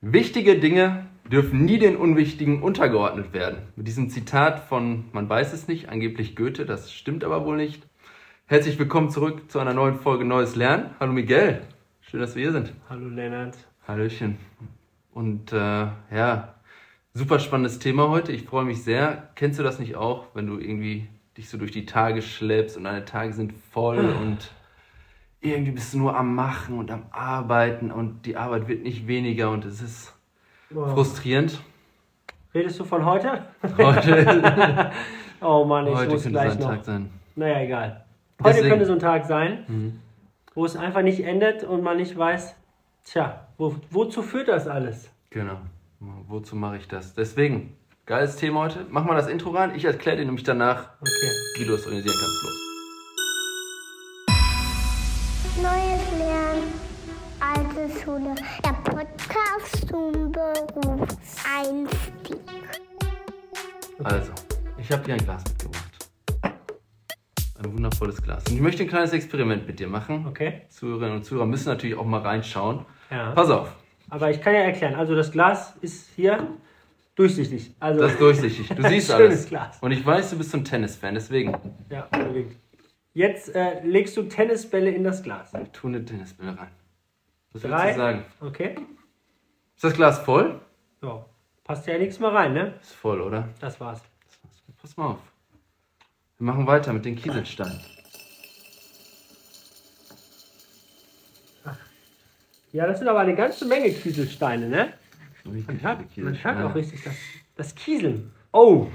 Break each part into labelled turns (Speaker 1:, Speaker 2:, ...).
Speaker 1: Wichtige Dinge dürfen nie den Unwichtigen untergeordnet werden. Mit diesem Zitat von Man weiß es nicht, angeblich Goethe, das stimmt aber wohl nicht. Herzlich willkommen zurück zu einer neuen Folge Neues Lernen. Hallo Miguel, schön, dass wir hier sind.
Speaker 2: Hallo Lennart.
Speaker 1: Hallöchen. Und äh, ja, super spannendes Thema heute. Ich freue mich sehr. Kennst du das nicht auch, wenn du irgendwie dich so durch die Tage schleppst und deine Tage sind voll und irgendwie bist du nur am Machen und am Arbeiten und die Arbeit wird nicht weniger und es ist
Speaker 2: Wow.
Speaker 1: frustrierend.
Speaker 2: Redest du von heute?
Speaker 1: Heute,
Speaker 2: Oh Mann, ich
Speaker 1: heute
Speaker 2: muss
Speaker 1: könnte
Speaker 2: gleich
Speaker 1: sein
Speaker 2: noch.
Speaker 1: Tag sein.
Speaker 2: Naja, egal. Heute
Speaker 1: Deswegen- Mhm.
Speaker 2: könnte so ein Tag sein, wo es einfach nicht endet und man nicht weiß, tja, wo, wozu führt das alles?
Speaker 1: Genau. Wozu mache ich das? Deswegen, geiles Thema heute. Mach mal das Intro rein. Ich erkläre dir nämlich danach,
Speaker 2: Okay.
Speaker 1: wie du es organisieren kannst. Los.
Speaker 3: Neues Lernen, alte Schule, der Podcast zum Berufseinstieg.
Speaker 1: Also, ich habe dir ein Glas mitgebracht. Ein wundervolles Glas. Und ich möchte ein kleines Experiment mit dir machen.
Speaker 2: Okay.
Speaker 1: Zuhörerinnen und Zuhörer müssen natürlich auch mal reinschauen.
Speaker 2: Ja.
Speaker 1: Pass auf,
Speaker 2: Aber ich kann ja erklären. Also das Glas ist hier durchsichtig. Also
Speaker 1: das ist durchsichtig. Du siehst
Speaker 2: Schönes
Speaker 1: alles.
Speaker 2: Glas.
Speaker 1: Und ich weiß, du bist so ein Tennisfan, deswegen
Speaker 2: ja, unbedingt. Jetzt äh, legst du Tennisbälle in das Glas.
Speaker 1: tu eine Tennisbälle rein. Was willst
Speaker 2: Drei.
Speaker 1: du sagen?
Speaker 2: Okay.
Speaker 1: Ist das Glas voll?
Speaker 2: So. Passt ja nichts mehr rein, ne?
Speaker 1: Ist voll, oder?
Speaker 2: Das war's.
Speaker 1: Pass mal auf. Wir machen weiter mit den Kieselsteinen.
Speaker 2: Ja, das sind aber eine ganze Menge Kieselsteine, ne?
Speaker 1: Man
Speaker 2: Man hört auch richtig das, das Kieseln. Oh,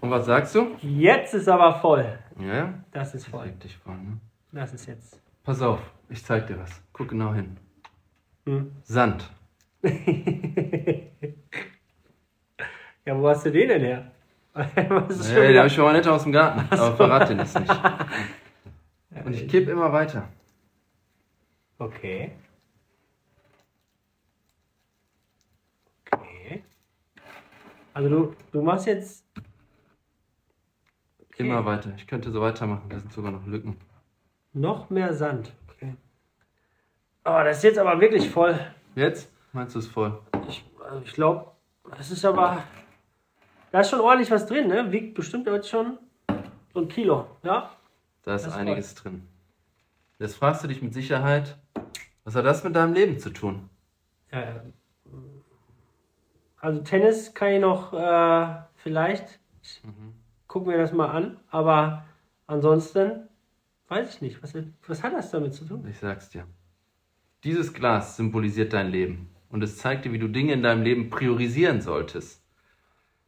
Speaker 1: Und was sagst du?
Speaker 2: jetzt ist aber voll.
Speaker 1: Ja, ja.
Speaker 2: Das ist
Speaker 1: Das
Speaker 2: voll.
Speaker 1: hebt dich voll, ne?
Speaker 2: Das ist jetzt.
Speaker 1: Pass auf, ich zeig dir was. Guck genau hin.
Speaker 2: Hm.
Speaker 1: Sand.
Speaker 2: Ja, wo hast du den denn her? Was ist schon
Speaker 1: Hey, den
Speaker 2: wieder-
Speaker 1: hab ich schon mal netter aus dem Garten. Aber verrate den jetzt nicht. Und ich kipp immer weiter.
Speaker 2: Okay. Okay. Also du, du machst jetzt. Okay.
Speaker 1: Immer weiter. Ich könnte so weitermachen. Da sind sogar noch Lücken.
Speaker 2: Noch mehr Sand. Okay. Oh, das ist jetzt aber wirklich voll.
Speaker 1: Jetzt? Meinst du es voll?
Speaker 2: Ich, also ich glaube, das ist aber. Da ist schon ordentlich was drin, ne? Wiegt bestimmt heute schon so ein Kilo, ja?
Speaker 1: Da ist
Speaker 2: Das ist
Speaker 1: einiges drin. Jetzt fragst du dich mit Sicherheit, was hat das mit deinem Leben zu tun?
Speaker 2: Ja, ja. Also Tennis kann ich noch äh, vielleicht. Gucken wir das mal an. Aber ansonsten weiß ich nicht. Was, was hat das damit zu tun?
Speaker 1: Ich sag's dir. Dieses Glas symbolisiert dein Leben und es zeigt dir, wie du Dinge in deinem Leben priorisieren solltest.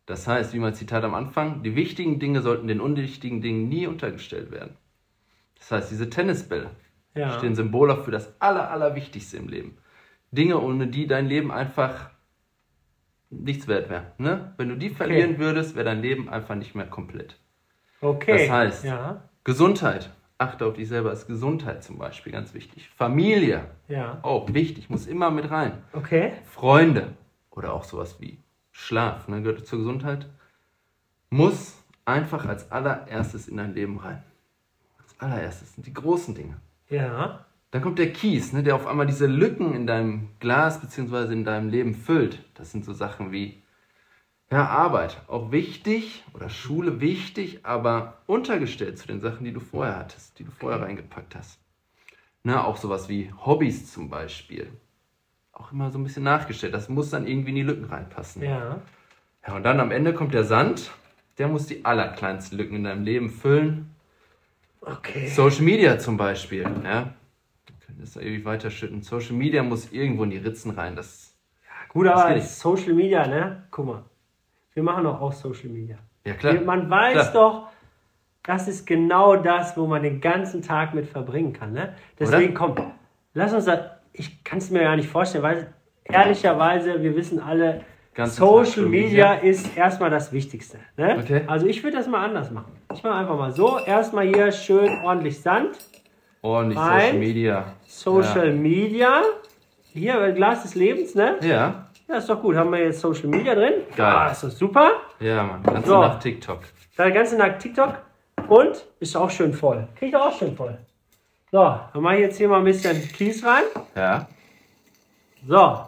Speaker 1: Das heißt, wie mein Zitat am Anfang, die wichtigen Dinge sollten den unwichtigen Dingen nie untergestellt werden. Das heißt, diese Tennisbälle
Speaker 2: Ja.
Speaker 1: stehen Symbole für das Aller, Allerwichtigste im Leben. Dinge, ohne die dein Leben einfach nichts wert wäre. Ne? Wenn du die verlieren würdest, wäre dein Leben einfach nicht mehr komplett.
Speaker 2: Okay.
Speaker 1: Das heißt-
Speaker 2: Ja,
Speaker 1: Gesundheit. Achte auf dich selber. Ist Gesundheit zum Beispiel ganz wichtig. Familie.
Speaker 2: ja.
Speaker 1: Auch wichtig. Oh, Muss immer mit rein.
Speaker 2: Okay.
Speaker 1: Freunde. Oder auch sowas wie Schlaf. Ne, gehört zur Gesundheit. Muss einfach als allererstes in dein Leben rein. Als allererstes. sind die großen Dinge.
Speaker 2: Ja.
Speaker 1: Dann kommt der Kies, ne, der auf einmal diese Lücken in deinem Glas bzw. in deinem Leben füllt. Das sind so Sachen wie ja, Arbeit, auch wichtig oder Schule wichtig, aber untergestellt zu den Sachen, die du vorher hattest, die du vorher reingepackt hast. Na, auch sowas wie Hobbys zum Beispiel. Auch immer so ein bisschen nachgestellt. Das muss dann irgendwie in die Lücken reinpassen.
Speaker 2: Ja.
Speaker 1: Ja, und dann am Ende kommt der Sand. Der muss die allerkleinsten Lücken in deinem Leben füllen.
Speaker 2: Okay.
Speaker 1: Social Media zum Beispiel, ja. Wir können das da ewig weiterschütten. Social Media muss irgendwo in die Ritzen rein. Das,
Speaker 2: Gut,
Speaker 1: Das
Speaker 2: aber
Speaker 1: geht nicht.
Speaker 2: Social Media, ne? Guck mal. Wir machen doch auch Social Media.
Speaker 1: ja klar.
Speaker 2: Wir- Man
Speaker 1: Klar.
Speaker 2: weiß doch, das ist genau das, wo man den ganzen Tag mit verbringen kann. Ne? Deswegen komm, lass uns das. Ich kann es mir ja nicht vorstellen, weil ehrlicherweise, wir wissen alle,
Speaker 1: Ganzen Tag
Speaker 2: Social
Speaker 1: Social
Speaker 2: Media
Speaker 1: Media.
Speaker 2: ist erstmal das Wichtigste. Ne?
Speaker 1: Okay.
Speaker 2: Also ich würde das mal anders machen. Ich mache einfach mal so. Erstmal hier schön ordentlich Sand.
Speaker 1: Ordentlich
Speaker 2: Rein.
Speaker 1: Social Media.
Speaker 2: Social Media. Hier, Glas des Lebens, ne?
Speaker 1: Ja, ja,
Speaker 2: Ja, ist doch gut. Haben wir jetzt Social Media drin?
Speaker 1: Geil.
Speaker 2: Ah, ist doch super.
Speaker 1: ja Mann. Ganze
Speaker 2: So.
Speaker 1: Nacht TikTok.
Speaker 2: Da ganze Nacht TikTok und ist auch schön voll. Kriegt auch schön voll. So, dann mache ich jetzt hier mal ein bisschen Kies rein.
Speaker 1: Ja.
Speaker 2: So.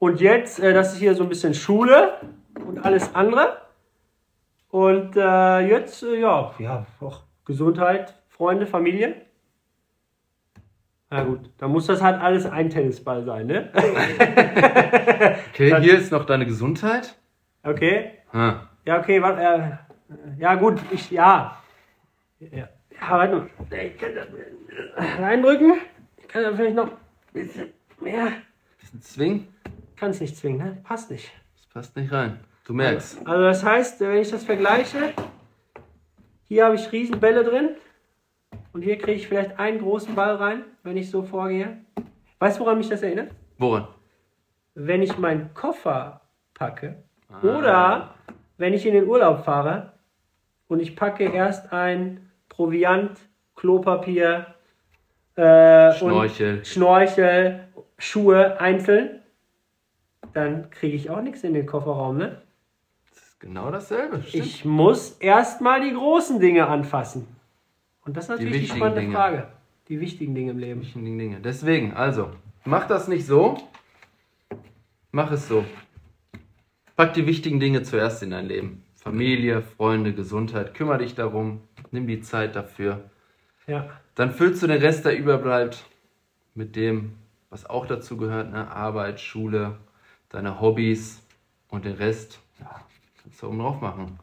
Speaker 2: Und jetzt, äh, das ist hier so ein bisschen Schule und alles andere. Und äh, jetzt, äh, ja, ja, auch Gesundheit, Freunde, Familie. Na gut, dann muss das halt alles ein Tennisball sein, ne?
Speaker 1: Okay, hier ist noch deine Gesundheit.
Speaker 2: Okay.
Speaker 1: Ah,
Speaker 2: Ja, okay, warte. Äh, ja, gut, ich, ja. Ja, ja warte mal. Ich kann das reindrücken. Ich kann da vielleicht noch ein bisschen mehr.
Speaker 1: bisschen zwingen,
Speaker 2: Kann es nicht zwingen, ne? Passt nicht.
Speaker 1: das passt nicht rein. Du merkst.
Speaker 2: Also das heißt, wenn ich das vergleiche, hier habe ich Riesenbälle drin und hier kriege ich vielleicht einen großen Ball rein, wenn ich so vorgehe. Weißt du, woran mich das erinnert?
Speaker 1: Woran?
Speaker 2: Wenn ich meinen Koffer packe
Speaker 1: Ah.
Speaker 2: oder wenn ich in den Urlaub fahre und ich packe erst ein Proviant, Klopapier, äh,
Speaker 1: Schnorchel.
Speaker 2: Und Schnorchel, Schuhe einzeln, dann kriege ich auch nichts in den Kofferraum, ne?
Speaker 1: Das ist genau dasselbe. Stimmt.
Speaker 2: Ich muss erstmal die großen Dinge anfassen. Und das ist
Speaker 1: Die
Speaker 2: natürlich die,
Speaker 1: wichtigen
Speaker 2: spannende
Speaker 1: Dinge.
Speaker 2: Frage. Die wichtigen Dinge im Leben.
Speaker 1: Die Dinge. Deswegen, also, mach das nicht so. Mach es so. Pack die wichtigen Dinge zuerst in dein Leben. Familie, Freunde, Gesundheit. Kümmere dich darum. Nimm die Zeit dafür.
Speaker 2: Ja.
Speaker 1: Dann füllst du den Rest, der überbleibt, mit dem, was auch dazu gehört. Ne? Arbeit, Schule, deine Hobbys und den Rest ja, kannst du oben drauf machen.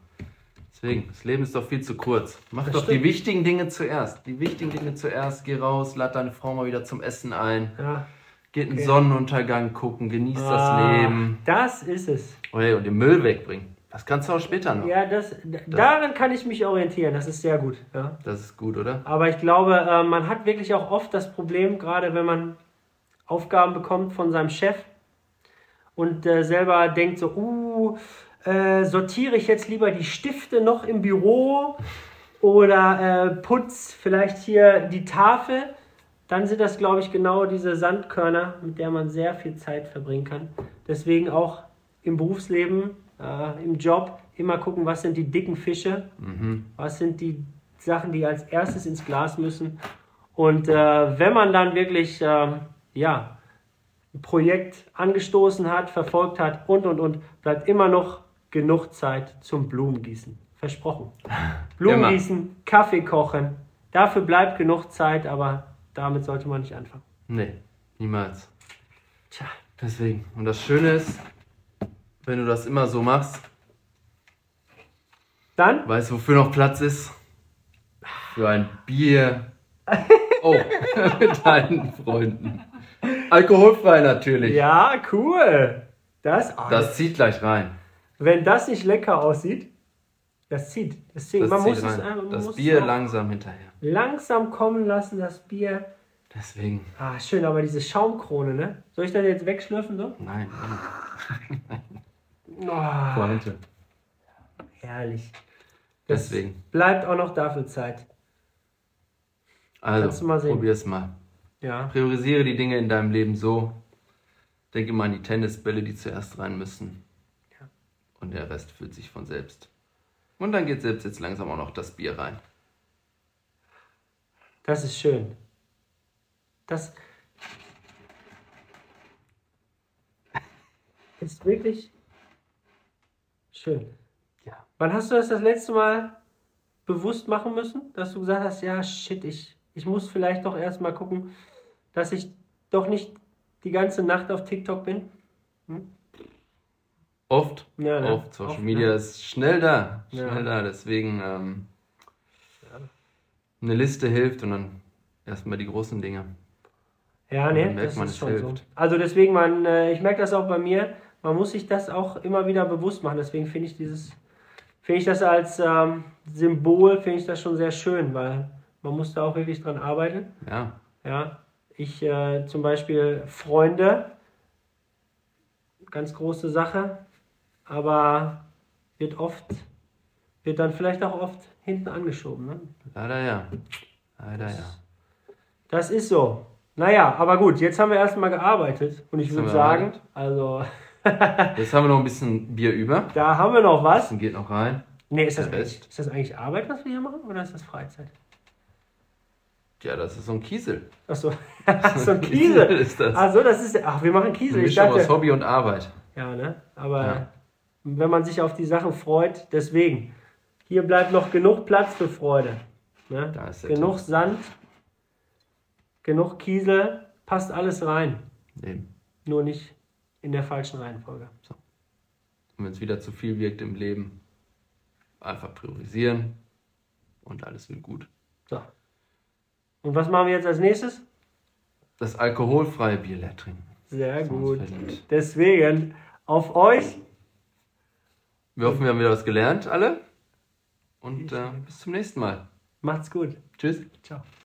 Speaker 1: Deswegen, das Leben ist doch viel zu kurz. Mach
Speaker 2: Das
Speaker 1: doch
Speaker 2: stimmt.
Speaker 1: die wichtigen Dinge zuerst. Die wichtigen Dinge zuerst. Geh raus, lad deine Frau mal wieder zum Essen ein.
Speaker 2: ja.
Speaker 1: Geht einen
Speaker 2: Okay.
Speaker 1: Sonnenuntergang gucken, genießt
Speaker 2: Ah,
Speaker 1: das Leben.
Speaker 2: Das ist es.
Speaker 1: Oh hey, und den Müll wegbringen. Das kannst du auch später noch.
Speaker 2: Ja, das, d- daran kann ich mich orientieren. Das ist sehr gut. Ja.
Speaker 1: Das ist gut, oder?
Speaker 2: Aber ich glaube, äh, man hat wirklich auch oft das Problem, gerade wenn man Aufgaben bekommt von seinem Chef und äh, selber denkt so, uh, äh, sortiere ich jetzt lieber die Stifte noch im Büro oder äh, putz vielleicht hier die Tafel, dann sind das, glaube ich, genau diese Sandkörner, mit der man sehr viel Zeit verbringen kann. Deswegen auch im Berufsleben, äh, im Job immer gucken, was sind die dicken Fische, was sind die Sachen, die als erstes ins Glas müssen. Und äh, wenn man dann wirklich ähm, ja, ein Projekt angestoßen hat, verfolgt hat und und und, bleibt immer noch genug Zeit zum Blumengießen. Versprochen. Blumengießen, Kaffee kochen. Dafür bleibt genug Zeit, aber damit sollte man nicht anfangen.
Speaker 1: Nee, niemals.
Speaker 2: Tja,
Speaker 1: Deswegen. Und das Schöne ist, wenn du das immer so machst,
Speaker 2: dann
Speaker 1: weißt du, wofür noch Platz ist? Für ein Bier. Oh, mit deinen Freunden. Alkoholfrei natürlich.
Speaker 2: ja, cool. Das, oh,
Speaker 1: Das zieht gleich rein.
Speaker 2: wenn das nicht lecker aussieht, das zieht. Das zieht.
Speaker 1: Das,
Speaker 2: man
Speaker 1: zieht
Speaker 2: muss es
Speaker 1: rein.
Speaker 2: einfach man muss
Speaker 1: das
Speaker 2: es
Speaker 1: Bier
Speaker 2: auch
Speaker 1: langsam hinterher.
Speaker 2: langsam kommen lassen, das Bier.
Speaker 1: Deswegen.
Speaker 2: Ah, schön, aber diese Schaumkrone, ne? Soll ich das jetzt wegschlürfen so?
Speaker 1: Nein, nein.
Speaker 2: Oh,
Speaker 1: Pointe.
Speaker 2: herrlich. Das
Speaker 1: Deswegen.
Speaker 2: Bleibt auch noch dafür Zeit. Kannst
Speaker 1: Also,
Speaker 2: du mal sehen.
Speaker 1: probier's mal.
Speaker 2: Ja.
Speaker 1: Priorisiere die Dinge in deinem Leben so. Denke mal an die Tennisbälle, die zuerst rein müssen.
Speaker 2: Ja.
Speaker 1: Und der Rest fühlt sich von selbst. Und dann geht selbst jetzt langsam auch noch das Bier rein.
Speaker 2: Das ist schön. Das ist wirklich schön.
Speaker 1: Ja.
Speaker 2: Wann hast du das das letzte Mal bewusst machen müssen, dass du gesagt hast, ja, shit, ich, ich muss vielleicht doch erstmal gucken, dass ich doch nicht die ganze Nacht auf TikTok bin?
Speaker 1: Oft
Speaker 2: Ja, ne?
Speaker 1: auf Social
Speaker 2: Oft,
Speaker 1: Media
Speaker 2: ne?
Speaker 1: ist schnell da.
Speaker 2: Ja.
Speaker 1: Schnell da. Deswegen ähm, eine Liste hilft und dann erstmal die großen Dinge.
Speaker 2: Ja,
Speaker 1: Dann
Speaker 2: ne,
Speaker 1: merkt
Speaker 2: das
Speaker 1: man,
Speaker 2: ist
Speaker 1: es
Speaker 2: schon so.
Speaker 1: hilft.
Speaker 2: Also deswegen, man, äh, ich merke das auch bei mir, man muss sich das auch immer wieder bewusst machen. Deswegen finde ich dieses, finde ich das als ähm, Symbol, finde ich das schon sehr schön, weil man muss da auch wirklich dran arbeiten.
Speaker 1: Ja,
Speaker 2: Ja, ich äh, zum Beispiel Freunde, ganz große Sache, aber wird oft, wird dann vielleicht auch oft hinten angeschoben. Ne?
Speaker 1: leider ja. Leider ja.
Speaker 2: Das ist so. Naja, aber gut, jetzt haben wir erstmal gearbeitet und ich
Speaker 1: Jetzt
Speaker 2: würde
Speaker 1: haben wir
Speaker 2: sagen,
Speaker 1: gearbeitet.
Speaker 2: also
Speaker 1: Jetzt haben wir noch ein bisschen Bier über.
Speaker 2: da haben wir noch was.
Speaker 1: Dann geht noch rein.
Speaker 2: Nee, ist das,
Speaker 1: Der Rest.
Speaker 2: eigentlich, ist das eigentlich Arbeit, was wir hier machen oder ist das Freizeit?
Speaker 1: Ja, das ist so ein Kiesel.
Speaker 2: Achso, so
Speaker 1: Kiesel
Speaker 2: ein Kiesel.
Speaker 1: ist das.
Speaker 2: Achso, das ist. Ach, wir machen Kiesel.
Speaker 1: Eine
Speaker 2: Ich
Speaker 1: Mischung aus
Speaker 2: dachte,
Speaker 1: Hobby und Arbeit.
Speaker 2: ja, ne? Aber
Speaker 1: Ja.
Speaker 2: wenn man sich auf die Sache freut, deswegen. Hier bleibt noch genug Platz für Freude. Ne?
Speaker 1: Da ist der
Speaker 2: genug Sand, genug Kiesel, passt alles rein.
Speaker 1: Eben.
Speaker 2: Nur nicht in der falschen Reihenfolge.
Speaker 1: Und wenn es wieder zu viel wirkt im Leben, einfach priorisieren und alles wird gut.
Speaker 2: So. Und was machen wir jetzt als nächstes?
Speaker 1: Das alkoholfreie Bier leer trinken.
Speaker 2: Sehr
Speaker 1: Sonst
Speaker 2: gut.
Speaker 1: verdammt.
Speaker 2: Deswegen auf euch.
Speaker 1: Wir hoffen, wir haben wieder was gelernt, alle. Und äh, bis zum nächsten Mal.
Speaker 2: Macht's gut.
Speaker 1: Tschüss.
Speaker 2: Ciao.